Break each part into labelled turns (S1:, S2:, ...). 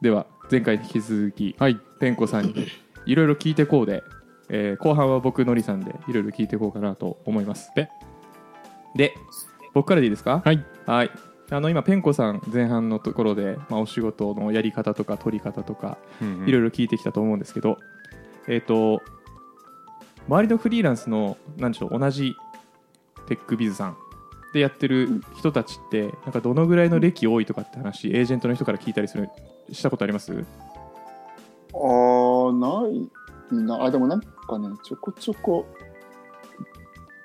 S1: では前回に引き続き、
S2: はい
S1: ペンコさんにいろいろ聞いてこうで、えー後半は僕のりさんでいろいろ聞いてこうかなと思います
S2: で
S1: で僕からでいいですか
S2: はい
S1: はいあの今ペンコさん前半のところで、まあ、お仕事のやり方とか取り方とかいろいろ聞いてきたと思うんですけど、えっ、と周りのフリーランスのなんでしょう同じテックビズさんでやってる人たちってなんかどのぐらいの歴多いとかって話エージェントの人から聞いたりするしたことあります
S3: あーないなあでもなんかねちょこちょこ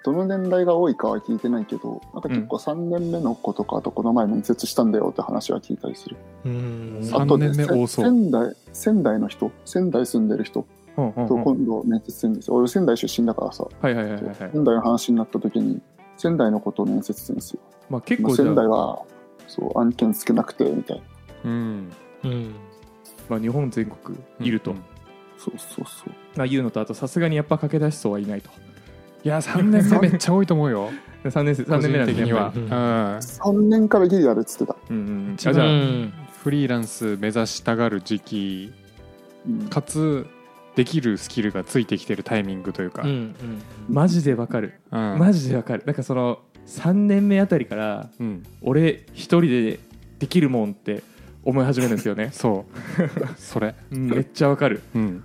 S3: どの年代が多いかは聞いてないけどなんか結構3年目の子とかとこの前面接したんだよって話は聞いたりする、
S2: うん
S3: あ
S2: 三
S3: とね
S2: 年目
S3: せ
S2: 多そう
S3: 仙台仙台の人仙台住んでる人
S1: うんうんう
S3: と
S1: ん
S3: 今度面接するんですよ、俺仙台出身だからさ、
S1: はいはいはいはいはい、
S3: 仙台の話になった時に仙台のことを面接するんですよ
S1: まあ、結
S3: まあ
S1: 構じゃあ
S3: 仙、台はそう案件少なくてみたいな
S2: うん
S4: うん
S1: まあ、日本全国いると、
S2: うん
S3: そうそうそう
S1: まあ、いうのとあとさすがにやっぱ駆け出し層はいないと
S2: いや3年目めっちゃ多いと思うよ
S1: 3年生
S2: 個
S1: 三
S2: 人
S1: 年目なんで
S2: 的
S1: すね
S2: に
S1: や
S2: は
S1: っぱ
S2: うん
S3: 3年からギリあるっつってた、
S1: りうんうんうんあ
S2: 一
S1: じゃ
S2: 番
S1: あ、
S4: うん
S2: フリーランス目指したがる時期
S3: うん
S2: かつできるスキルがついてきてるタイミングというか、
S4: うんう
S2: うん
S4: ん
S1: マジでわかるマジでわかるなんかその3年目あたりから
S2: うん、、
S1: 俺一人でできるもんって思い始めるんですよね
S2: そう それ、
S1: うんめっちゃわかる
S2: うん、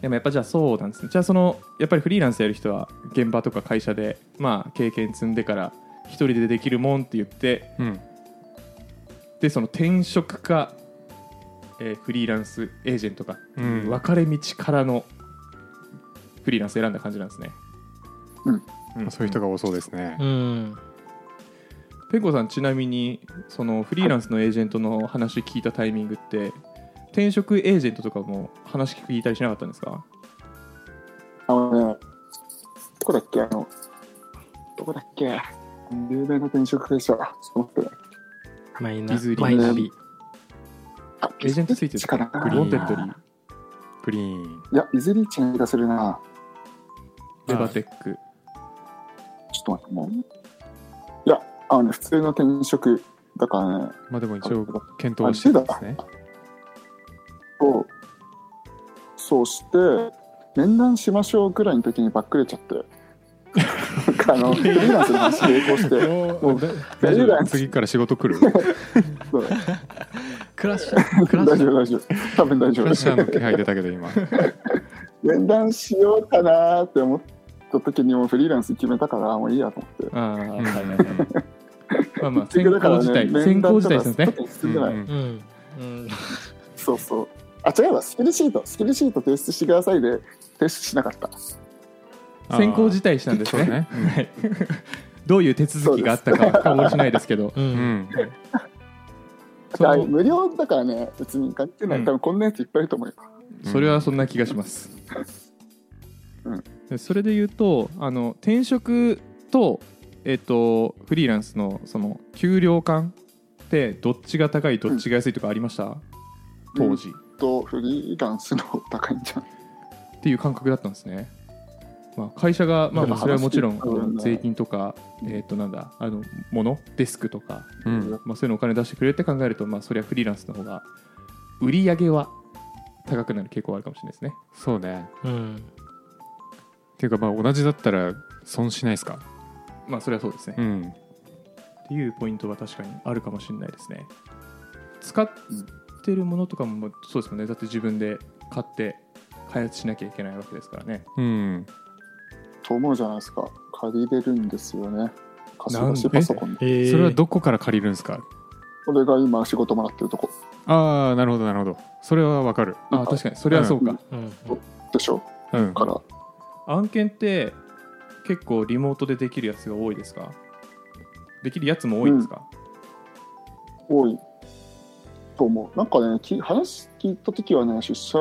S1: でもやっぱじゃあそうなんですねじゃあそのやっぱりフリーランスやる人は現場とか会社でまあ経験積んでから一人でできるもんって言って
S2: うん、
S1: でその転職か、えーフリーランスエージェントか、
S2: うん
S1: 分かれ道からのフリーランス選んだ感じなんですね、
S3: うん
S1: ん
S2: そういう人が多そうですね
S4: う、ん
S1: ペコさんちなみにそのフリーランスのエージェントの話聞いたタイミングって転職エージェントとかも話聞いたりしなかったんですか
S3: あのね、どこだっけあの、どこだっけ有名な転職会社。ちょっと待って。
S4: マイ
S1: ディ
S4: ナ
S1: ズニー
S4: マイナビ
S3: あ
S1: エージェントついて
S3: リ
S1: る
S3: ッチかな
S1: グリーンテッドリ
S2: グ
S1: ー
S2: グリーン
S3: いや、イズリーチな気がするな。
S1: レバテック
S3: ちょっと待って、もう。いや、あのね、普通の転職だからね、
S2: まあでも一応検討はしてたんですね
S3: を、そうして、面談しましょうくらいの時にばっくれちゃって。なんかあ の、フリーランスの話並行して、もう
S2: 大丈
S3: 大
S2: 夫
S3: 丈夫
S2: 次から仕事 来る
S3: そう
S4: クラッシャーク
S3: 大
S4: ラ
S3: 丈
S4: ッ
S3: 夫、大丈
S4: シャ
S3: 夫。多分大丈
S2: クラッシャー
S3: 夫。
S2: の気配出たけど今
S3: 面談しようかなーって思った時にもうフリーランス決めたから、もういいやと思って。
S1: ああはい
S2: うん
S1: はいはいまあまあ
S3: 結
S1: 先
S3: 局だから
S1: 行
S3: ね
S1: 事態先
S3: 面談
S1: 行事
S3: と
S1: 態
S3: か
S1: ですね
S3: 外に進んでない
S2: うん
S4: ーうんうん
S3: そうそう。あ、違うわ、スキルシート、スキルシート提出してくださいで、提出しなかった。
S2: あー
S1: 先行事態したんです
S2: そう
S1: ね
S2: ね
S1: はいどういう手続きがあったかは確認しないですけど
S2: う
S4: う
S2: んん
S1: そ
S3: あ
S1: の
S3: 無料だからね、別に関係ない。
S1: うん
S3: 多分こんなやついっぱいいると思うよ。
S1: それはそんな気がします、それで言うとあの転職と,、えっとフリーランスのその給料感ってどっちが高いどっちが安いとかありました、当時、
S3: うんと、フリーランスの方が高いんじゃん。
S1: っていう感覚だったんですね、まあ、会社が、まあ、
S3: でも
S1: それはもちろん
S3: 話聞いたことない
S1: 税金とか、えっとなんだあの物デスクとか、
S2: うん
S1: まあ、そういうのお金出してくれるって考えると、まあ、そりゃフリーランスの方が売り上げは高くなる傾向はあるかもしれないですね
S2: そうね
S4: うん
S2: っていうかまあ同じだったら損しないですか
S1: まあそれはそうですね、
S2: うん
S1: っていうポイントは確かにあるかもしれないですね使ってるものとかもそうですもんねだって自分で買って開発しなきゃいけないわけですからね
S2: うん
S3: と思うじゃないですか。借りれるんですよね。貸し
S1: なん
S3: 出しパソコンで。
S4: そ
S2: そ
S4: れ
S2: れはどこから借りるんですか
S3: 俺が今仕事もらってるとこ
S2: ああなるほどなるほどそれはわかる
S1: ああ確かにそれはそうか、
S3: うん
S4: うん
S3: でしょ
S2: うん
S3: から。
S1: 案件って結構リモートでできるやつが多いですかできるやつも多いんですか、
S3: 多いと思うなんかねき話聞いた時はね出社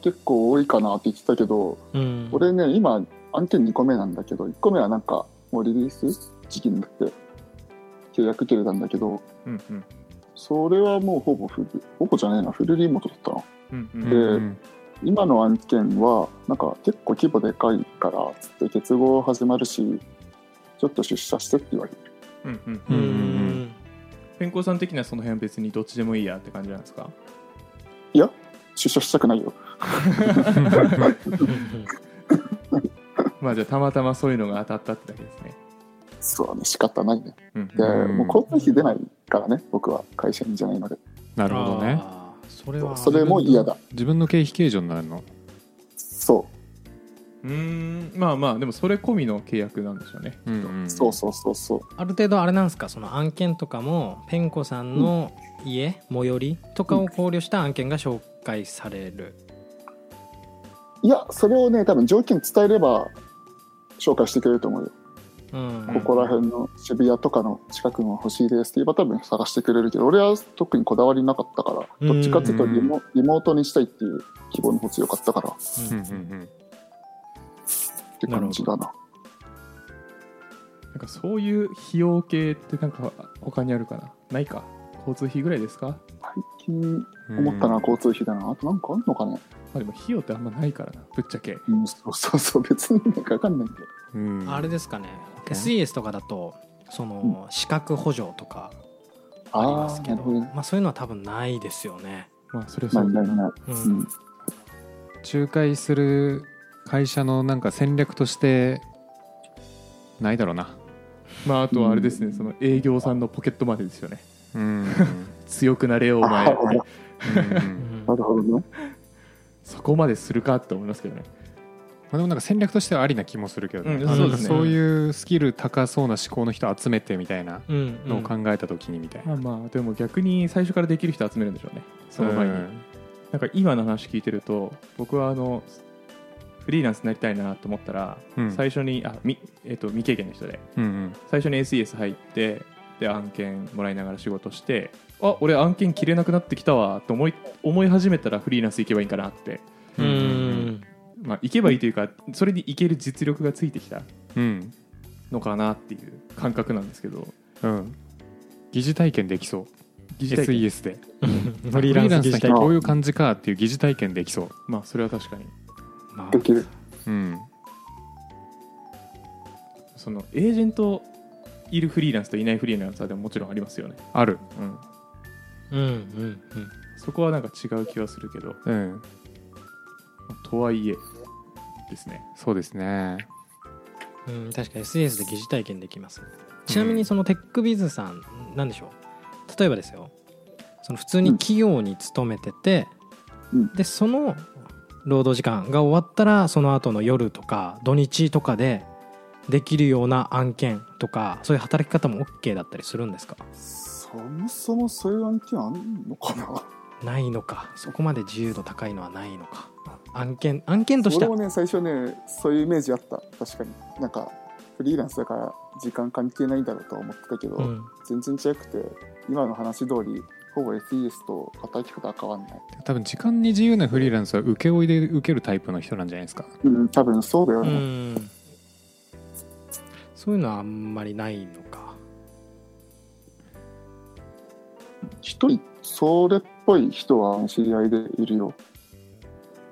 S3: 結構多いかなって言ってたけど
S4: うん
S3: 俺ね今案件2個目なんだけど1個目はなんかもうリリース時期になって契約切れたんだけど
S1: うん、うん
S3: それはもうほぼフルほぼじゃないなフルリモートだったな
S1: うんう
S2: うんんうん
S3: 今の案件はなんか結構規模でかいからつって結合始まるしちょっと出社してって言われて
S1: うんうん
S2: う
S4: うん
S2: う
S4: ん
S2: ん
S1: ペンコーさん的にはその辺は別にどっちでもいいやって感じなんですか
S3: いや出社したくないよ
S1: まあじゃあたまたまそういうのが当たったってだけですね。
S3: そうだね仕方ないね
S1: うん
S3: で、
S2: うん
S3: もう交通費出ないからね僕は会社員じゃないので
S2: なるほどね
S4: あー。それは
S3: それも嫌だ
S2: 自分の経費計上になるの
S3: そう
S1: ーんまあまあでもそれ込みの契約なんでしょうね。
S2: うんうん
S3: うそうそうそうそう
S4: ある程度あれなんですかその案件とかもペンコさんの家、最寄りとかを考慮した案件が紹介される、
S3: いやそれをね多分条件伝えれば紹介してくれると思うよ、
S4: うん、
S1: ん
S3: ここら辺の渋谷とかの近くの欲しいですって言えば多分探してくれるけど俺は特にこだわりなかったからどっちかっていうとリモリモートにしたいっていう希望の方強かったからっ
S2: うんうん
S3: て感じだな
S1: なんかそういう費用系ってなんか他にあるかなないか交通費ぐらいですか
S3: 最近
S2: うん
S3: 思ったのは交通費だなあとなんかあんのかね
S1: まあでも費用ってあんまないからなぶっちゃけ。
S3: うんそうそうそう別になんかわかんないけど
S2: うん
S4: あれですかね SES とかだとその資格補助とかあ
S3: あ
S4: りま
S3: あ
S4: す
S3: ー
S4: け
S3: な
S4: ど
S3: るほどね
S4: まあ、そういうのは多分ないですよね、
S1: まあそれは
S3: な
S1: そ
S3: いう
S1: だ
S3: な
S1: ない
S3: ない、
S4: うん
S3: うん、
S2: 仲介する会社のなんか戦略としてないだろうな
S1: まああとはあれですねその営業さんのポケットマネーですよね。
S2: うん
S1: 強くなれよお前
S3: あー
S2: うんうん
S4: うん
S3: なるほどね
S1: そこまでするかって思いますけどね。
S2: まあ、でもなんか戦略としてはありな気もするけどね,、
S1: うん
S2: あの
S1: そうですね
S2: そういうスキル高そうな思考の人集めてみたいな
S4: うんう
S2: のを
S4: ん
S2: 考えた時にみたいな、
S1: まあまあでも逆に最初からできる人集めるんでしょうねその前に、
S2: うん
S1: なんか今の話聞いてると僕はあのフリーランスになりたいなと思ったら、
S2: うん
S1: 最初にあみ、えっと未経験の人で
S2: うんうん
S1: 最初に SES 入ってで案件もらいながら仕事してあ俺案件切れなくなってきたわと思い思い始めたらフリーランス行けばいいんかなって、
S4: う
S2: うんん
S1: まあ、行けばいいというかそれに行ける実力がついてきた
S2: うん
S1: のかなっていう感覚なんですけど
S2: うん疑似体験できそう
S1: 疑似体験
S2: SES で
S4: フリーランス自
S2: の
S4: 治
S2: 人
S4: 体
S3: 験
S2: こういう感じかっていう疑似体験できそ
S1: まあそれは確かに
S4: ま
S3: できる
S2: う、うん、
S1: そのエージェントいるフリーランスといないフリーランスはでももちろんありますよね、
S2: ある、
S1: うん、
S4: うんうんうん
S1: そこはなんか違う気はするけど
S2: うん、
S1: とはいえですね
S2: そうですね
S4: うん、確かに SES で疑似体験できます、ちなみにそのテックビズさんなんでしょう例えばですよその普通に企業に勤めてて、
S3: うん
S4: でその労働時間が終わったらその後の夜とか土日とかでできるような案件とかそういう働き方も OK だったりするんですか
S3: そもそもそういう案件あんのかな
S4: ないのかそこまで自由度高いのはないのか案件案件として
S3: 俺
S4: は
S3: もね最初ねそういうイメージあった確かになんかフリーランスだから時間関係ないんだろうとは思ってたけど、
S4: うん
S3: 全然違くて今の話通りほぼ SES と働き方は変わんない、
S2: 多分時間に自由なフリーランスは請け負いで受けるタイプの人なんじゃないですか
S3: うん、多分そうだよ
S4: う
S3: ね、
S4: んそういうのはあんまりないのか
S3: 一人それっぽい人は知り合いでいるよ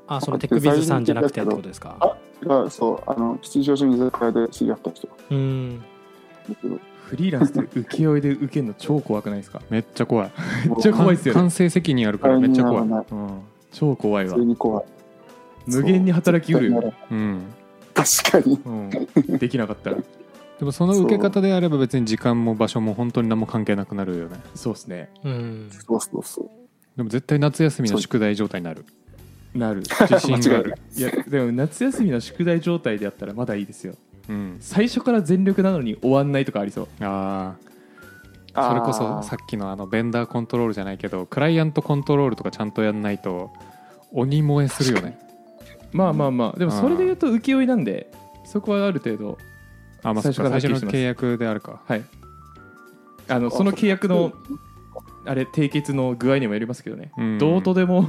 S4: あ、そのテックビズさんじゃなくてってことですか。
S3: あがそうあの吉祥寺の居酒屋で知り 合った人だ
S4: うん。
S3: けど
S1: フリーランスで請負いで受けるの超怖くない ですか
S2: めっちゃ怖い
S3: め
S1: っちゃ怖いっすよね
S2: 完成責任あるからめっちゃ怖い、
S3: ない
S1: うん超怖いわ
S3: 普通に怖い
S1: 無限に働きうるよ、
S2: うん、
S3: 確かに
S1: うん、できなかったら
S2: でもその受け方であれば別に時間も場所も本当に何も関係なくなるよね
S1: そうですね
S4: うん。
S3: そうそうそう
S2: でも絶対夏休みの宿題状態になる
S1: な る
S2: 自信がある、
S1: いやでも夏休みの宿題状態でやったらまだいいですよ
S2: うん、
S1: 最初から全力なのに終わんないとかありそう
S2: ああそれこそさっきのあのベンダーコントロールじゃないけどクライアントコントロールとかちゃんとやんないと鬼燃えするよね
S1: まあまあまあでもそれで言うと請負いなんでそこはある程度
S2: あまあ
S1: 最
S2: そっ
S1: 初から
S2: か
S1: はっ
S2: 最
S1: きりして
S2: 初の
S1: ます
S2: 契約であるか
S1: はいあのその契約のあれ締結の具合にもよりますけどね、
S2: うん
S1: どうとでも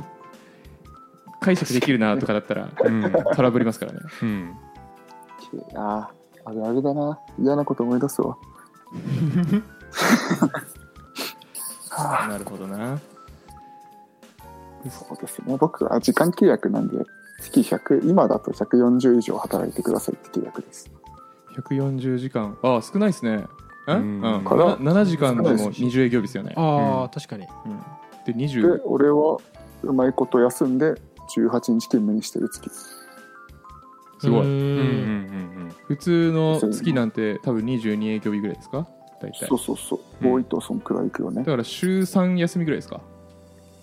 S1: 解釈できるなとかだったら
S2: うん、
S1: トラブりますからね
S2: うん、
S3: あああれあれだな嫌なこと思い出すわはあ
S1: なるほどな
S3: そうですね僕は時間契約なんで月100今だと140以上働いてくださいって契約です
S1: 140時間ああ少ないですねえ、う
S2: うん
S1: んな7時間で
S3: 少
S1: も
S3: ないです
S1: 20営業日ですよね、
S4: ああ、
S2: うん
S4: 確かに。
S1: うんで
S3: で
S1: 20
S3: 俺はうまいこと休んで18日勤務にしてる月
S1: すごい、
S2: うんうん
S4: い
S1: 普通の月なんて多分22営業日ぐらいですか大体
S3: そうそうそう、
S1: うん
S3: 多いとそんくらいいくよね
S1: だから週3休みぐらいですか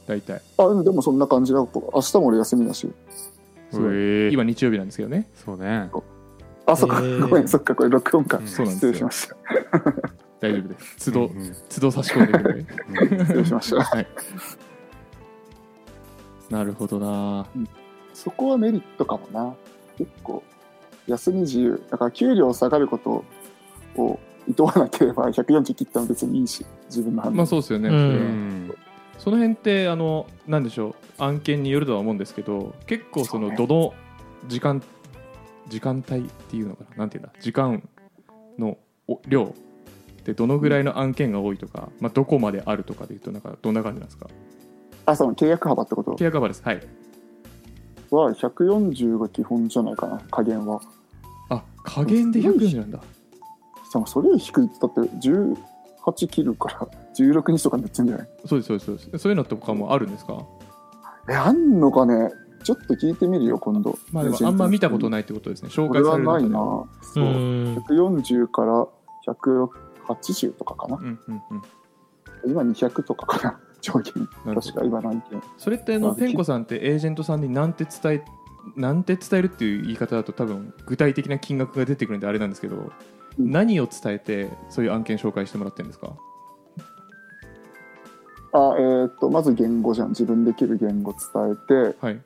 S1: 大体
S3: あでもそんな感じだと明日も俺休みだし
S1: すごい
S2: ええ
S1: 今日曜日なんですけどね
S2: そうね
S3: あそっか、
S4: へー
S3: ごめんそっかこれ録音か、
S2: うん
S1: そうなんです
S3: 失
S1: よ
S3: 礼しました
S1: 大丈夫です都
S2: うん
S1: 度
S2: うん
S1: 都度差し込んでくるん で
S3: 失礼しました
S1: はいなるほどな
S3: そこはメリットかもな結構休み自由だから給料下がることを厭わなければ140切ったの別にいいし自分の判断、
S1: まあそうですよね、
S4: う
S1: そ
S2: うん
S1: れ
S4: ん
S1: は
S2: うん
S1: その辺ってあのなんでしょう案件によるとは思うんですけど結構その
S3: そう
S1: どの時間時間帯っていうのかななんていうんだ時間のお量でどのぐらいの案件が多いとか、まあ、どこまであるとかでいうとなんかどんな感じなんですか
S3: あその契約幅ってこと
S1: 契約幅ですはい
S3: は140が基本じゃないかな加減は
S1: あ加減で140なんだ
S3: でもそれより低いってだって18切るから16日とかになっちゃうんじゃない
S1: そうですそうですそうですそういうのとかもあるんですか
S3: えあんのかねちょっと聞いてみるよ今度
S1: まあでもあんま見たこと
S3: ない
S1: ないってことですね紹
S3: こ
S1: 介
S3: れ
S1: さ
S3: は
S1: れる中
S3: な
S1: で
S3: いなそううん140から180とかかな
S1: うんうんうん
S3: 今200とかかな 上限
S1: なるほ
S3: 確
S1: ど
S3: か今何件
S1: それってあ
S3: ま
S1: の
S3: あ
S1: ペンコさんってエージェントさんになんて伝えなんて伝えるっていう言い方だと多分具体的な金額が出てくるんであれなんですけど、
S3: うん
S1: 何を伝えてそういう案件紹介してもらってるんですか
S3: あえーっとまず言語じゃん自分できる言語伝えて
S1: はい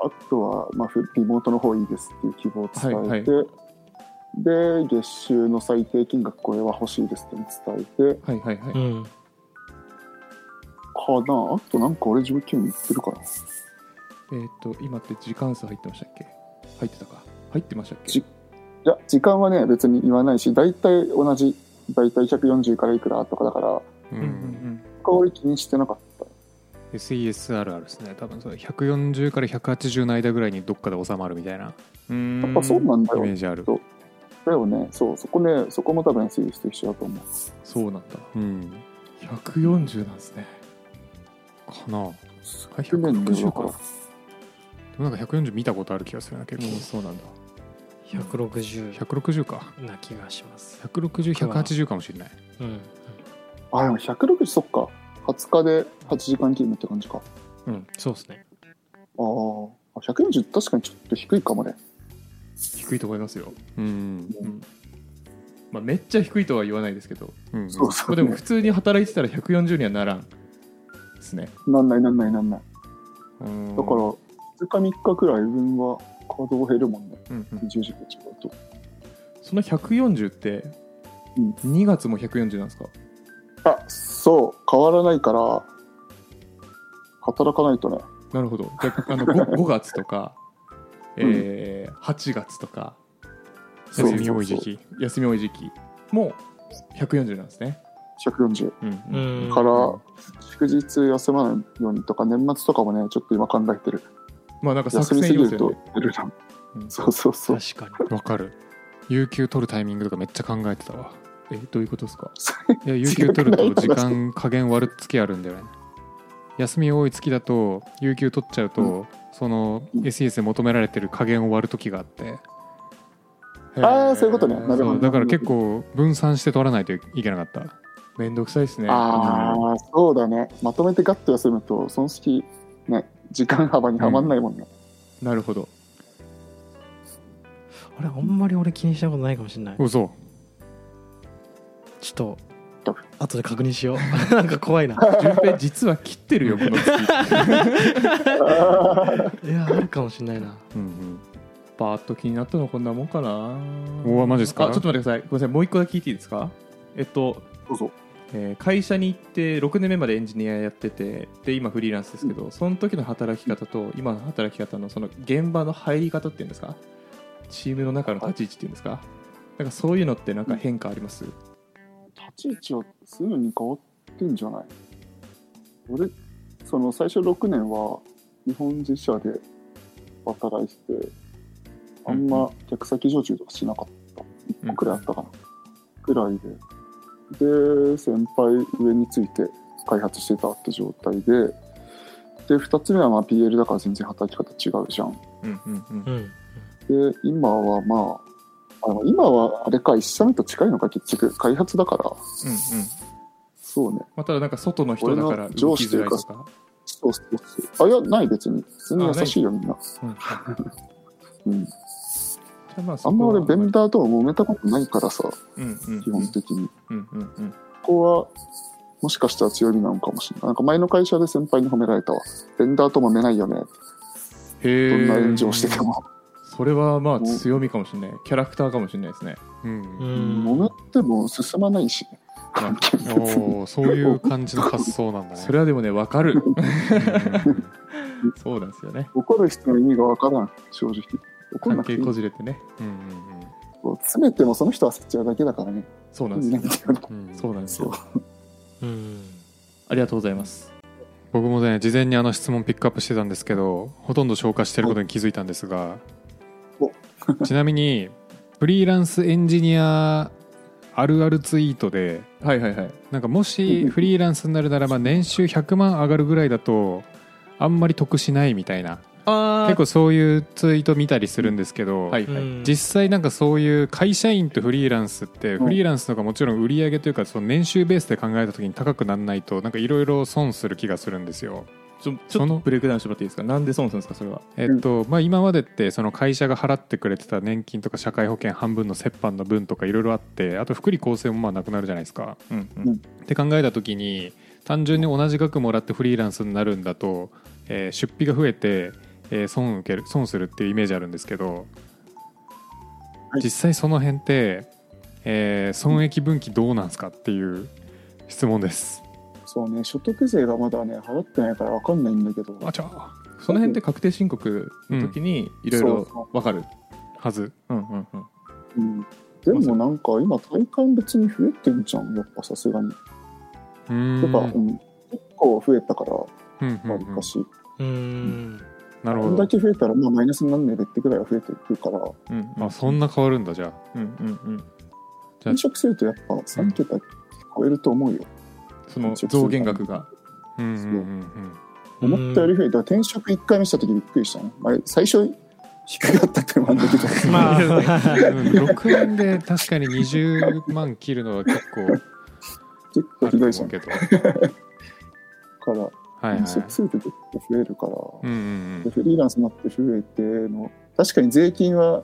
S3: あとは、まあ、ふリモートの方いいですっていう希望を伝えて、で月収の最低金額これは欲しいですっていうのを伝えて
S1: はいはいはい、
S4: うん
S3: かなあとなんか俺条件言ってるかな
S1: えっ、と今って時間差入ってましたっけ入ってたか入ってましたっけ
S3: じいや時間はね別に言わないし大体同じ大体140からいくらとかだから
S2: うん
S1: うんうん
S3: 俺気にしてなかった
S2: SESRR ですね多分それ140から180の間ぐらいにどっかで収まるみたいな
S1: うんうーん
S3: やっぱそうなんだ
S2: イ
S3: よ、
S2: メージある
S3: そうだよねそうそこねそこも多分 SES と一緒だと思う
S1: そうなんだ
S2: うん
S1: 140なんですね
S2: かなで
S3: 去年のだから
S2: 160もなんか140見たことある気がするな結
S1: もう
S2: 構
S1: そうなんだ
S4: 160
S2: 160か
S4: な気がします
S2: 160180かもしれない
S4: うん
S3: あでも160そっか20日で8時間勤務って感じか
S4: うんそうですね
S3: あーあ140確かにちょっと低いかもね
S1: 低いと思いますよ、
S2: うん
S1: うんまあ、めっちゃ低いとは言わないですけど
S2: うん
S3: そうそ
S1: まあ
S3: う、
S1: で
S3: ね、
S1: も普通に働いてたら140にはならんですね
S3: なんないなんないなんない
S1: だから、
S3: だから2日3日くらい分は稼働減るもんね
S1: うんうん
S3: 10時間違うと
S1: その140って
S3: うん
S1: 2月も140なんですか、
S3: あそう変わらないから働かないとね
S1: なるほどじゃああの 5, 月とか、えー8月とか
S3: そう
S2: 休み多い時期
S1: 休み多い時期も140なんですね、
S3: 140
S1: うん
S4: うん
S3: から、祝日休まないようにとか年末とかもねちょっと今考えてる
S1: まあなんか
S3: 休
S1: 作
S3: みす
S1: 戦
S3: ぎ
S1: 要
S3: る
S1: 請
S3: と
S1: ね、
S3: 出るな
S1: うん
S3: そうそうそう
S4: 確か
S2: わかる有給取るタイミングとかめっちゃ考えてたわ
S1: えどういうことです か
S2: いや有給取ると時間加減割る月あるんだよね休み多い月だと有給取っちゃうと、
S3: う
S2: その
S3: うん
S2: SES で求められてる加減を割る時があって、
S3: あーそういうことねなるほど
S2: そうだから結構分散して取らないといけなかった
S1: 面倒くさいですね
S3: ああそうだねまとめてガッと休むとその式ね時間幅にはまんないもんね、
S1: うんなるほど
S4: にあれあんまり俺気にしたことないかもしれない
S2: 嘘
S4: ちょっと後で確認しよう なんか怖いな
S1: 順平実は切ってる よこの月
S4: いやあるかもしれないな
S2: うん
S1: バーッと気になったのこんなもんかな
S2: うわマジですか
S1: あちょっと待ってくださいごめんなさいもう一個だけ聞いていいですかえっと
S3: どうぞ
S1: えー会社に行って6年目までエンジニアやっててで今フリーランスですけど、その時の働き方と今の働き方のその現場の入り方っていうんですかチームの中の立ち位置っていうんですかなんかそういうのってなんか変化あります、
S3: 立ち位置はすぐに変わってんじゃない俺その最初6年は日本支社で働いててあんま客先常駐とかしなかった1個くらいあったかな、くらいでで先輩上について開発してたって状態でで2つ目はまあ PL だから全然働き方違うじゃん
S1: うんうんうん
S4: う、ん
S3: で今はまああの今はあれか1社目と近いのか結局開発だから
S1: うんうん
S3: そうね
S1: まあ、ただなんか外の人だから
S3: 俺の
S1: 動
S3: 上
S1: き
S3: 司と
S1: づ
S3: い
S1: らいうと
S3: か
S1: か、
S3: そうそうそうあいやない別に普通に優しいよみんな
S1: うん、じゃ
S3: うん
S1: あまあ
S3: あ
S1: そ
S3: んま
S1: こは
S3: 俺ベンダーとは揉めたことないからさ
S1: うんうん
S3: 基本的に
S1: うんうんうん
S3: ここはもしかしたら強みなのかもしれないなんか前の会社で先輩に褒められたわベンダーと揉めないよねどんな
S1: へ
S3: 炎
S1: え
S3: 上してても、
S1: それはまあ強みかもしれないキャラクターかもしれないですね
S2: うん
S4: うん
S3: 揉めても進まないしね
S1: まあ
S3: 関係別に
S2: おーそういう感じの発想なんだね
S1: それはでもね分かる
S2: うん
S1: そうなんですよね
S3: 怒る人の意味がわからん正直怒
S1: 関
S3: んなくてい
S1: 係
S3: い
S1: こじれてね
S2: うんうん
S3: こう詰めてもその人は焦っちゃうだけだからね
S1: そうな
S3: 意
S1: ん
S3: 味
S1: で
S3: ない
S1: す
S3: んだ
S1: よ
S3: よ
S2: うん
S3: ね
S2: う ん
S1: そうなんです
S3: そう
S1: よ
S4: うん
S1: ありがとうございます
S2: 僕もね事前にあの質問ピックアップしてたんですけどほとんど消化してることに気づいたんですが
S3: お
S2: ちなみにフリーランスエンジニアあるあるツイートで
S1: はいはいはい
S2: なんかも
S3: うんう
S2: し
S3: ん
S2: フリーランスになるならば年収100万上がるぐらいだとあんまり得しないみたいな
S1: あ
S2: 結構そういうツイート見たりするんですけど、
S1: はいはい、
S4: うん
S2: 実際なんかそういう会社員とフリーランスって
S3: うん
S2: フリーランスの方がもちろん売り上げというかその年収ベースで考えた時に高くならないとなんかいろいろ損する気がするんですよ。
S1: ちょちょ
S2: そ
S1: っと
S2: の
S1: ブレイクダウンしてもらっていいですかなんで損するんですかそれは
S2: えっとまあ、今までってその会社が払ってくれてた年金とか社会保険半分の折半の分とかいろいろあってあと福利厚生もまあなくなるじゃないですか。
S1: うんう
S3: うんん
S2: って考えた時に単純に同じ額もらってフリーランスになるんだと、えー出費が増えて、えー損受ける損するっていうイメージあるんですけど、
S3: はい
S2: 実際その辺って、えー損益分岐どうなんですかっていう質問です。
S3: そうね所得税がまだね払ってないからわかんないんだけど
S2: あちゃ
S1: その辺って確定申告の時にいろい
S3: そうそ
S1: ろ分かる
S2: はず
S1: うんうんうん
S3: うんでもなんか今体感別に増えてんじゃんやっぱさすがに
S2: うーん
S3: やっぱ、うん、結構増えたから
S2: うんうんう
S3: わ
S2: ん
S3: りかし、
S4: うん
S2: なる
S3: こ
S2: ほ
S3: んだ
S2: ど。
S3: け増えたらまあマイナスになんねえべってぐらいは増えていくから
S1: うんうん
S2: あそんな変わるんだじゃあ。
S1: うんうんうん
S2: じゃあ
S3: 転職するとやっぱ3桁超えると思うよ、
S1: その増減額が
S2: うんうんうん
S4: うん
S3: 思ったより増えた転職1回目した時びっくりしたねあれ最初低かったって思うんだけ ど
S4: ま
S2: う
S4: あ
S2: ん、うん6円で確かに20万切るのは結構
S3: 結
S2: ある
S3: 構ひ
S2: と
S3: どいじ
S2: 思う
S3: ゃ
S2: ん
S3: か
S2: けど。
S3: ら
S2: はいはい
S3: 転職すると結構増えるから、
S2: うん
S3: でフリーランスになって増えての確かに税金は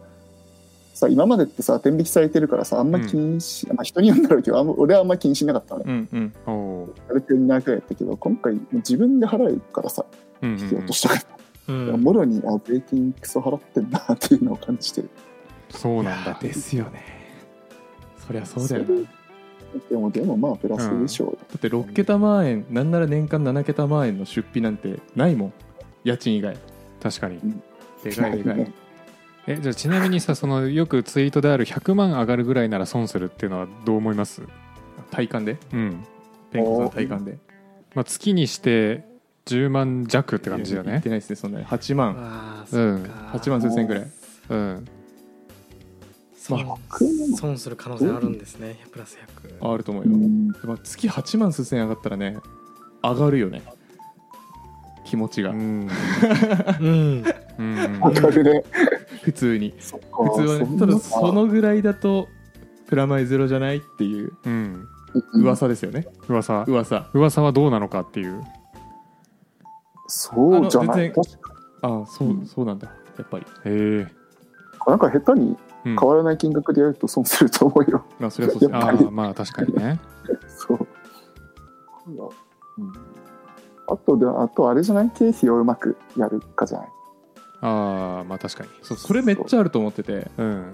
S3: さ今までってさ天引きされてるからさあんま気にし、まあ人によるんだろうけどあんま俺はあんま気にしなかったのね
S1: うんうん
S2: うんうん、おー
S3: ある程度長くやったけど今回自分で払うからさ
S2: うんうん
S3: 引き
S2: う
S3: 落
S2: ん
S3: としたから
S4: うん
S3: もろにあ税金クソ払ってんなっていうのを感じてる
S2: そうなんだ。
S1: ですよねそりゃそうだよな
S3: そ
S1: だ
S3: れでもでもまあプラスでしょうよ、
S1: って6桁万円なんなら年間7桁万円の出費なんてないもん家賃以外
S2: 確かに。
S1: でかいでかい
S2: えじゃあちなみにさそのよくツイートである100万上がるぐらいなら損するっていうのはどう思います？
S1: 体感で
S2: うん。
S1: ペンコさんの体感で
S2: まあ月にして10万弱って感じだよ
S1: いやいっ
S2: ね
S1: て。ないですねそんなに8万
S4: あー
S2: うん
S4: そっか
S1: 8万数千ぐらい
S2: うん。
S4: 損
S3: 100
S4: 損する可能性あるんですねプラス100
S1: ああると思う
S3: う
S1: よ、
S3: ん
S1: でも月8万数千上がったらね上がるよね気持ち
S2: う
S1: が
S2: ん。
S4: うん
S2: うん
S3: わかるね
S1: 普通に
S3: そっか
S1: 普通はねただそのぐらいだとプラマイゼロじゃないっていう
S2: うん。
S1: 噂ですよね、
S2: 噂
S1: 噂
S2: 噂はどうなのかっていう。
S3: そうじゃな
S1: あの全然
S3: い確か
S1: ああそう、
S3: うん
S1: そうなんだやっぱり
S2: へえ。
S3: なんか下手に
S2: うん、
S3: 変わらない金額でやると損すると思うよ。
S1: まあそれはそうですね
S2: あ
S1: あ
S2: あまあ確かにね。
S3: そう。うんあとで、あとあれじゃない経費をうまくやるかじゃない。
S2: ああまあ確かに。
S1: そうそれめっちゃあると思ってて
S2: うん。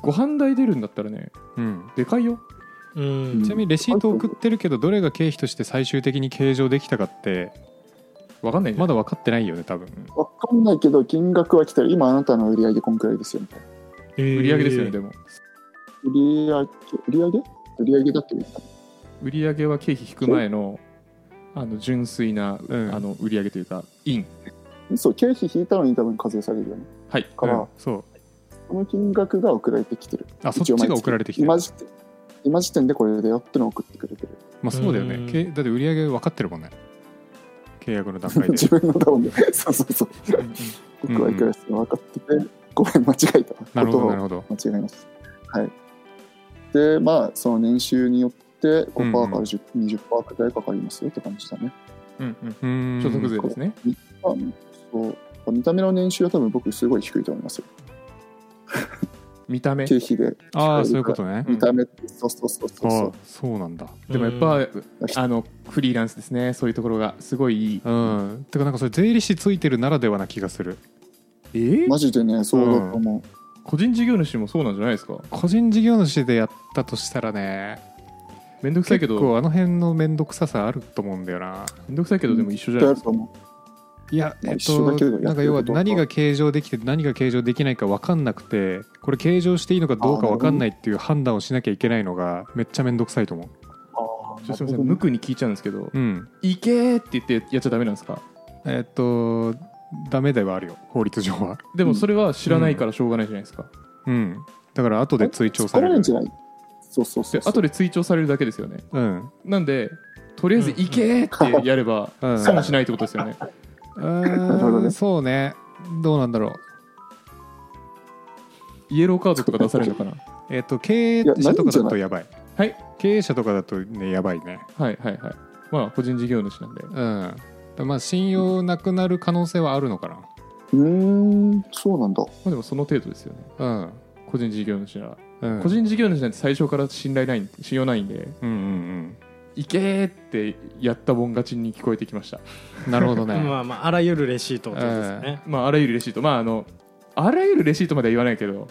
S1: ご飯代出るんだったらね
S2: うん。
S1: でかいよ
S4: うん
S2: ちなみにレシート送ってるけどどれが経費として最終的に計上できたかって
S1: わかんないんじゃ
S2: ま
S1: ん
S2: だ分かってないよね多分
S3: わかんないけど、金額は来てる。今あなたの売り上げこんくらいですよ、みたいな。
S1: 売り上げですよね、
S4: えー
S1: でも
S3: 売り上げ、売り上げ売り上げだってみたい
S1: 売り上げは経費引く前のあの純粋な、
S2: うん
S1: あの売り上げというかイン
S3: な。そう、経費引いたのに多分課税されるよね。
S1: はい
S3: か
S2: う
S3: ら
S2: ん、そう
S3: この金額が送られてきてる。
S2: あそっちが送られてきてる
S3: 今時点今時点でこれだよってのを送ってくれてる。
S2: まあそうだよ
S4: うん
S2: ねけだって売り上げ分かってるもんね契約の段階 で
S3: 自分のダウンでそうそうそう僕はいくらですか分かっててごめん間違えた
S2: なる
S3: こ
S2: ほ
S3: とを
S2: どなるほど
S3: 間違えましたはいでまあその年収によって5%
S2: うんうん
S3: から10 20%くらいかかりますよって感じだね、
S1: うんうん
S2: うーん
S1: 所得税ですね
S3: まあ、そう見た目の年収は多分僕すごい低いと思いますよ
S1: 見た目
S3: 経費で
S2: ああそういうことね
S1: うん
S3: 見た目、そうそうそうそう
S2: あ
S3: そ
S2: あそうなんだ
S1: でもやっぱあのフリーランスですねそういうところがすごいいい
S2: うんてかなんかそれ税理士ついてるならではな気がする
S1: え
S3: う
S1: ー
S3: マジでねそうだと思
S1: 個人事業主もそうなんじゃないですか
S2: 個人事業主でやったとしたらね
S1: めんどくさいけど
S2: 結構あの辺の面倒くささあると思うんだよな
S1: めんどくさいけどでも一緒
S3: う、
S1: じゃ
S3: だ
S1: ない
S3: や
S1: で
S3: る
S1: す
S3: と
S2: いや、えっと
S3: 思まあ一緒だけどやっ、てる
S2: なんか要は
S3: ことは
S2: 何が計上できて何が計上できないか分かんなくてこれ計上していいのかどうか分かんないっていう判断をしなきゃいけないのがめっちゃ面倒くさいと思
S3: う
S1: ちょっとすみません無垢に聞いちゃうんですけど
S2: ううん
S1: 「いけ!」って言ってやっちゃダメなんですか
S2: えっとダメではあるよ法律上は
S1: でもそれは知らないからしょうがないじゃないですか
S2: うんだから後で追徴され
S3: 疲れ
S2: る
S3: んじゃないそうそうそ
S1: で
S3: うそう
S1: 後で追徴されるだけですよね
S2: うん
S1: なんでとりあえず「いけ!」ってやれば
S2: うん
S1: 損しないってことですよね
S2: う
S3: るほど
S2: ーん
S3: ね
S2: そうねどうなんだろう
S1: イエローカードとか出されるのかな
S2: えっと経営
S3: いや
S2: 者とかだ
S3: ないんじゃな
S2: と
S3: い
S2: やばい
S1: はい
S2: 経営者とかだとねやばいね
S1: はいはいはいまあ個人事業主なんで
S2: うんまあ信用なくなる可能性はあるのか
S3: うーんそうなんだ
S1: まあでもその程度ですよね
S2: な
S1: 個人事業主なら
S2: うん、うん、
S1: 個人事業主なんて最初から信頼ないん信用ないんで
S2: うんうん
S1: 「いけ!」ってやったもん勝ちに聞こえてきました
S2: うんなるほどね、
S4: まあまああらゆるレシートってことですよね、
S1: まああらゆるレシートまああのあらゆるレシートまでは言わないけど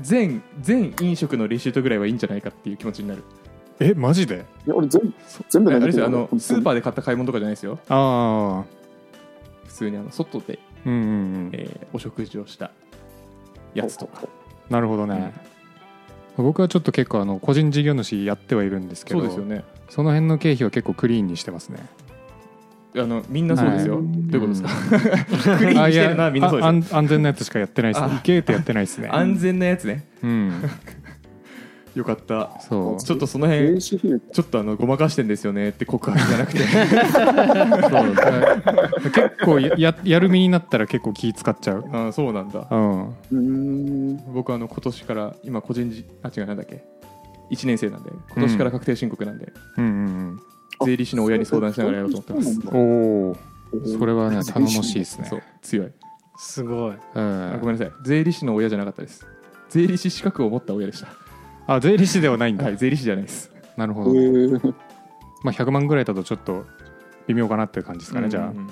S1: 全全飲食のレシートぐらいはいいんじゃないかっていう気持ちになる
S2: えマジで
S3: いや俺全部全
S1: あ
S3: 部
S1: れで
S3: 投げて
S1: す
S3: る
S1: よあのスー
S3: ー
S1: パーで買った買い物とかじゃないですよ
S2: ああ
S1: 普通にあの外で、
S2: うんうんうん
S1: えーお食事をしたやつとか
S2: なるほどね、僕はちょっと結構あの個人事業主やってはいるんですけ
S1: そ
S2: ど
S1: うですよね
S2: その辺の経費は結構クリーンにしてますね
S1: あのみんなそうですよ、
S3: はい
S1: どういうことですかクリーン
S2: あ
S1: に
S2: い
S1: して
S2: や
S1: るなみんなそうですよ
S2: あ安安全なやつしかやってないですね
S1: あ
S2: いけーってやってないですね
S1: 安全なやつね
S2: うん
S1: よかった
S2: そ う
S1: ちょっとその
S3: 経
S1: 辺
S3: 営費用
S1: ちょっとあのごまかしてんですよねって告白じゃなく て
S2: そうだ結構ややる身になったら結構気使っちゃう
S1: あーそうなんだ
S2: うん
S3: うーん
S1: 僕あの今年から今個人事あ違うなんだっけ1年生なんで今年から確定申告なんで、
S2: うんうん
S1: 税理士の親に相談しながらやろうと思ってます
S3: そうなん
S2: う
S3: だ
S2: んおおそ れはね
S3: うん
S2: 頼もしいですね
S1: そう強い
S4: すごい
S2: うん
S1: あごめんなさい税理士の親じゃなかったです税理士資格を持った親でし
S2: あ税理士ではないん
S1: た
S2: だ、
S1: はい税理士じゃないです
S2: なるほ
S3: へ
S2: ど、
S3: ー
S2: まあ、100万ぐらいだとちょっと微妙かなっていう感じですかね、じゃあ
S1: うん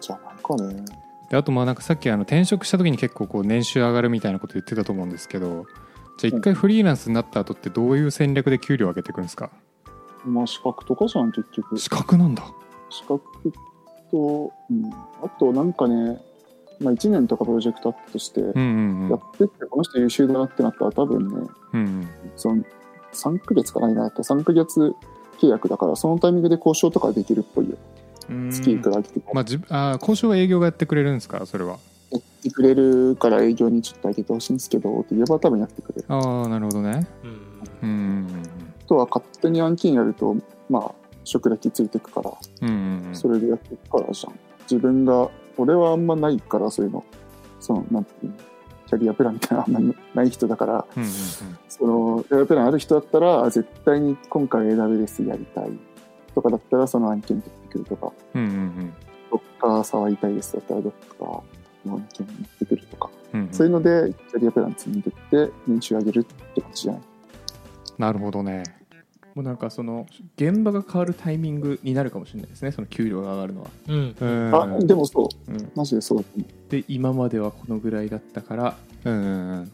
S3: じゃあなんかね
S2: であとまあなんかさっきあの転職した時に結構こう年収上がるみたいなこと言ってたと思うんですけどじゃあ一回フリーランスになった後ってどういう戦略で給料上げていくんですか
S3: まあ資格とかじゃん結局資
S2: 資格なんだ
S3: 格と、うん、あとなんかね、まあ、1年とかプロジェクトアップとしてや
S2: うんうんうん
S3: ってってこの人優秀だなってなったら多分ね
S2: うん
S3: その3ヶ月かないなと3ヶ月契約だからそのタイミングで交渉とかできるっぽいよ
S1: うん
S3: 月いくら上げてくれ
S2: まあ、じあー交渉は営業がやってくれるんですかそれは
S3: やってくれるから営業にちょっと上げてほしいんですけどって言えば多分やってくれる
S2: ああなるほどね
S4: うん
S2: うんうん
S3: あとは勝手に暗記にやるとまあ職歴ついてくから
S2: うんうんうん
S3: それでやっていくからじゃん。自分が、俺はあんまないから、そういうの。その、なんていうの、キャリアプランみたいなのあんまない人だから、
S2: うんうん
S3: その、キャリアプランある人だったら、絶対に今回 AWS やりたいとかだったら、その案件取ってくるとか、
S2: うんうんうん
S3: どっか触りたいですだったら、どっかの案件持ってくるとか、
S2: うん
S3: そういうので、キャリアプラン積んでって、年収上げるって感じじゃない。
S2: なるほどね
S1: もうなんかその現場が変わるタイミングになるかもしれないですねその給料が上がるのは、
S4: うん
S2: うん
S3: あ、でもそう、
S1: うん
S3: マジでそうだと思う。
S1: で今まではこのぐらいだったから
S2: うんうん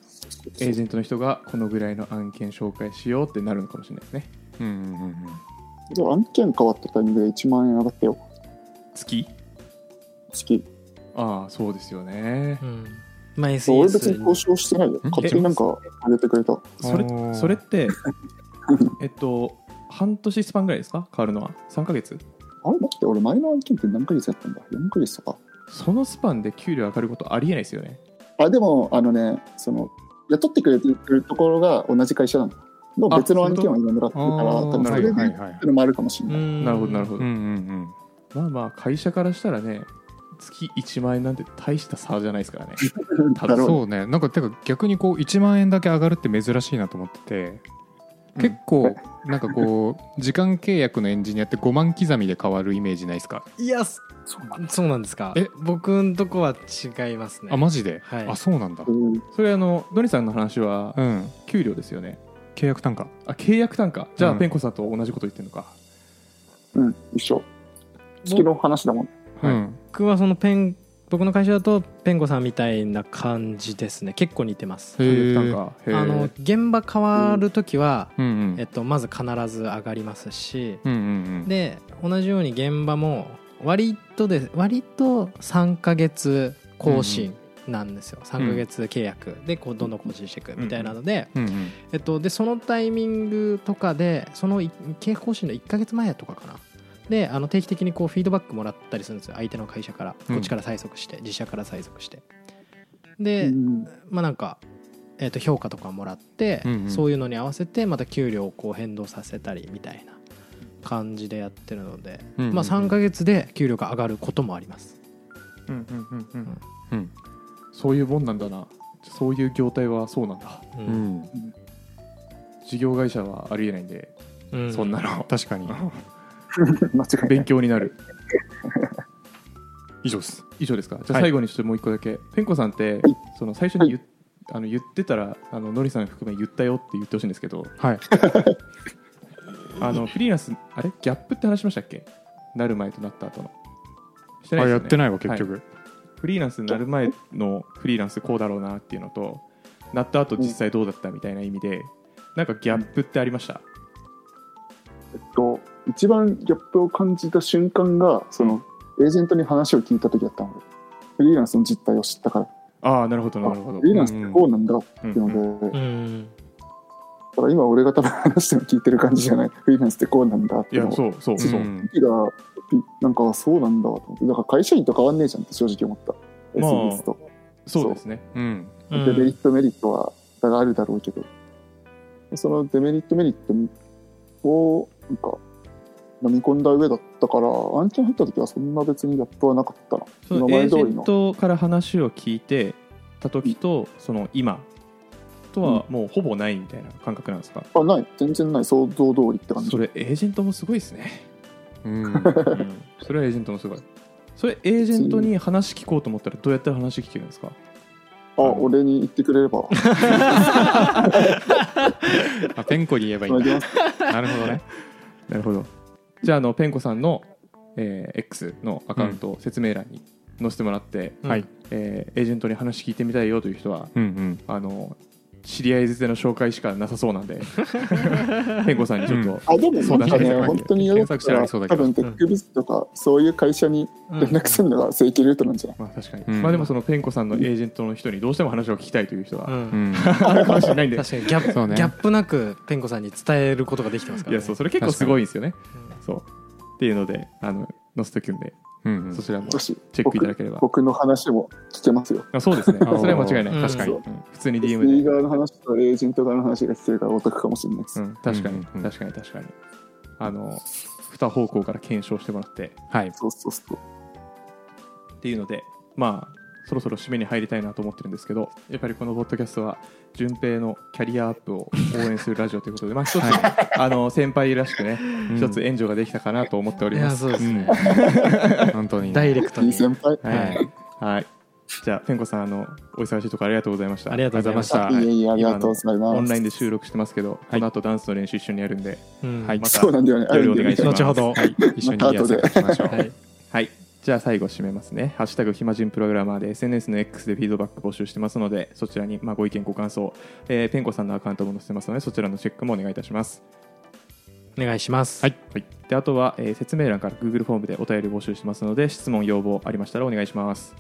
S1: エージェントの人がこのぐらいの案件紹介しようってなるのかもしれないですね
S2: うんうんうんうん
S3: でも案件変わったタイミングで1万円上がったよ、
S1: 月
S3: 月。
S1: ああそうですよね
S4: うんまあ
S3: そう俺別
S4: SES
S3: に交渉してないよ。勝手になんかあげてくれた。
S1: それ
S2: おー
S1: それって えっと半年スパンぐらいですか変わるのは3ヶ月
S3: あれ待って、俺前の案件って何ヶ月やったんだ ?4 ヶ月とか。
S1: そのスパンで給料上がることありえないですよね
S3: あ、でも、あのね、その、雇ってくれてるところが同じ会社なの。の
S1: あ
S3: 別の案件は今もらってるから、
S2: そういうこと
S3: 多分それで
S2: あー
S3: っていうのもあるかもしれ
S4: う
S3: ない。
S4: ん
S1: なるほどなるほ
S2: う
S1: ど、
S2: んうん
S1: まあまあ会社からしたらね月1万円なんて大した差じゃないですからね
S3: だろう
S2: そうねなんかてか逆にこう1万円だけ上がるって珍しいなと思ってて結構なんかこう時間契約のエンジニアって5万刻みで変わるイメージないですか
S4: いやそ
S3: そうなんだ
S4: そうなんですか
S2: え
S4: 僕んとこは違いますね
S2: あマジで、
S4: はい
S2: あそうなんだ
S3: うん
S1: それあのドニさんの話は
S2: うん
S1: 給料ですよね
S2: 契約単価
S1: あ契約単価じゃあ、
S2: うん
S1: ペンコさんと同じこと言ってるのか
S3: うん、一緒。月の話だもん。
S1: はい
S2: うん
S4: 僕はそのペン僕の会社だとペンコさんみたいな感じですね結構似てます
S2: へ
S1: 契
S2: え
S1: 約単価へー
S4: あの現場変わる時は、
S2: うんうん
S4: えっと、まず必ず上がりますし、
S2: うんうんうん
S4: で同じように現場も割とで割と3ヶ月更新なんですよ、3ヶ月契約でこうどんどん更新していくみたいなので,、
S2: うんうん
S4: えっと、でそのタイミングとかでそのい契約更新の1ヶ月前とかかなであの定期的にこうフィードバックもらったりするんですよ相手の会社から
S2: うん
S4: こっちから催促して、自社から催促して
S3: う
S4: で、
S3: ん
S4: まあなんか、えー、と評価とかもらって、
S2: うんうん
S4: そういうのに合わせてまた給料をこう変動させたりみたいな感じでやってるので、
S2: うんうんうん
S4: まあ、3か月で給料が上がることもあります
S1: うんうんうんうん
S2: うん
S1: そういうもんなんだなそういう業態はそうなんだ
S4: う、
S2: うんん
S1: 事業会社はありえないんで、
S4: うん
S1: そんなの
S2: 確かに
S3: 間違いな
S1: 勉
S3: い。
S1: 強になる
S2: 以上です
S1: 以上ですかじゃあ
S2: はい
S1: 最後にちょっともう一個だけ、ペンコさんって
S3: はい
S1: その最初に言,、あの言ってたらあのノリさん含め言ったよって言ってほしいんですけど
S2: はい
S1: あのフリーランスあれギャップって話しましたっけなる前となった後のして
S2: あ
S1: です
S2: や
S1: よ
S2: ってないわ結
S1: は
S2: 局
S1: フリーランスになる前のフリーランスこうだろうなっていうのとなった後実際どうだったみたいな意味でなんかギャップってありました
S3: えっと、一番ギャップを感じた瞬間が、その、エージェントに話を聞いた時だったので、フリーランスの実態を知ったから、
S1: ああなるほど
S3: あ
S1: なるほど
S3: フリーランスってこうなんだって
S1: うん
S3: いう
S1: うん
S3: ので、
S4: うん
S3: ただ今俺が多分話してるの聞いてる感じじゃない、フリーランスってこうなんだって
S1: い
S3: いうの
S1: や
S3: を
S1: そうそうそう、
S2: ん
S3: いやなんかそうなんだと思ってだから会社員と変わんねえじゃんって正直思った
S1: まあ
S3: SNS と、
S1: そうですね
S2: うん
S4: うん
S3: デメリットメリットはお互いあるだろうけどそのデメリットメリットをなんか飲み込んだ上だったから案件入った時はそんな別にギャップはなかったな
S1: その
S3: 名
S1: エー
S3: 前
S1: ジ
S3: 通りの
S1: ェントから話を聞いてた時とその今とはもうほぼないみたいな感覚なんですか、
S3: あない全然ない想像通りって感じ
S1: それエージェントもすごいですね、
S2: うん
S1: うんそれはエージェントもすごいそれエージェントに話聞こうと思ったらどうやったら話聞けるんですか
S3: あ俺に言ってくれれば
S2: あペンコに言えばいい
S3: 繋
S2: ん
S3: ぎ
S2: だ
S3: ます
S2: なるほどね
S1: なるほどじゃああのペンコさんの、えー X のアカウントを説明欄に載せてもらって、
S4: うん
S2: はい
S1: えーエージェントに話聞いてみたいよという人は
S2: うんうん
S1: あの知り合いづての紹介しかなさそうなんでペンコさんにちょっと、
S3: あでもなんか
S1: そうだ
S3: ね
S1: ね
S3: 本当によかっ
S2: 検索した
S3: た
S2: らあ
S3: ら
S2: りそう
S3: 多
S2: だけど
S3: 分テックビズとかそういう会社に連絡するのが正規ルートなんじゃない
S1: まあ確かに、
S2: うん
S1: まあでもそのペンコさんのエージェントの人にどうしても話を聞きたいという人
S4: う
S1: は
S4: ん
S2: うん
S1: あるかもしれないんで、
S4: 確かにギャッ
S2: そ
S4: プ、
S2: うね
S4: ギャップなくペンコさんに伝えることができてますか
S1: い
S4: ら、ね、
S1: やそうそれ結構すごいんですよねそうっていうのであの載せとくんで、
S2: うんうん
S1: そちらも
S3: だし
S1: チェックいただければ
S3: 僕僕の話も聞けますよ。
S1: あそうですねそれは間違いない、
S4: うん
S1: 確かに、
S3: そう
S1: うん普通に DM
S3: リ
S1: で、
S3: ー側の話とエージェント側の話が必要からお得かもしれないです。
S1: うん、確かに、
S2: うんうんうん
S1: 確かに確かにあの二方向から検証してもらって
S2: はい
S3: そうそうそう。
S1: っていうのでまあそろそろ締めに入りたいなと思ってるんですけどやっぱりこのポッドキャストは順平のキャリアアップを応援するラジオということで、まあ、一つ、あの先輩らしくね一つ援助ができたかなと思ってお
S4: い
S1: りま
S4: や
S1: す
S4: そうですね、
S2: うん本 当に
S4: ダイレクト
S3: いい
S4: に
S3: 先輩。
S1: はい。はい。じゃあ、ペンコさん、あの、お忙しいところありがとうございました。
S4: ありがとうございました
S2: はい
S3: いえいえ、ありがとうございます。
S1: オンラインで収録してますけど、この後ダンスの練習一緒にやるんで、
S4: うん
S1: はいまた
S3: そうなんだよね。
S1: 夜お願いします。
S4: 後ほど
S1: はい。
S2: 一緒にやっていきましょう
S4: はい
S1: はい。じゃあ最後締めますね。ハッシュタグ暇人プログラマーで SNS の X でフィードバック募集してますので、そちらにまあご意見、ご感想、えーペンコさんのアカウントも載せてますので、そちらのチェックもお願いいたします。
S4: お願いします、
S1: はい。で、あとは、えー説明欄から Google フォームでお便り募集してますので、質問、要望ありましたらお願いします。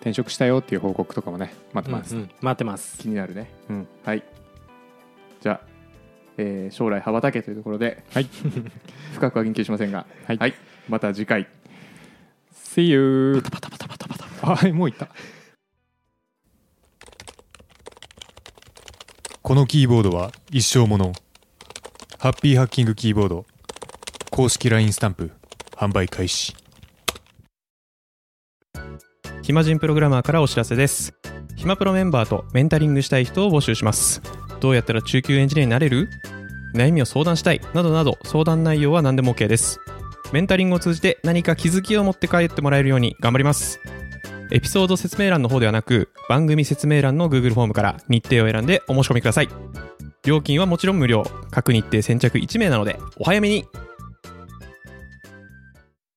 S2: 転職したよっていう報告とかもね待って
S4: うんう
S2: ます
S4: ん待ってます
S1: 気になるね。
S2: うん
S1: はい。じゃあ、えー将来羽ばたけというところで、
S2: はい
S1: 深くは言及しませんが、
S2: はい
S1: また次回。
S2: See you パタパタパタパタパタあもういった
S5: このキーボードは一生ものハッピーハッキングキーボード公式 LINE スタンプ販売開始
S1: 暇人プログラマーからお知らせです暇プロメンバーとメンタリングしたい人を募集しますどうやったら中級エンジニアになれる悩みを相談したいなどなど相談内容は何でも OK ですメンタリングを通じて何か気づきを持って帰ってもらえるように頑張りますエピソード説明欄の方ではなく番組説明欄の Google フォームから日程を選んでお申し込みください料金はもちろん無料各日程先着1名なのでお早めに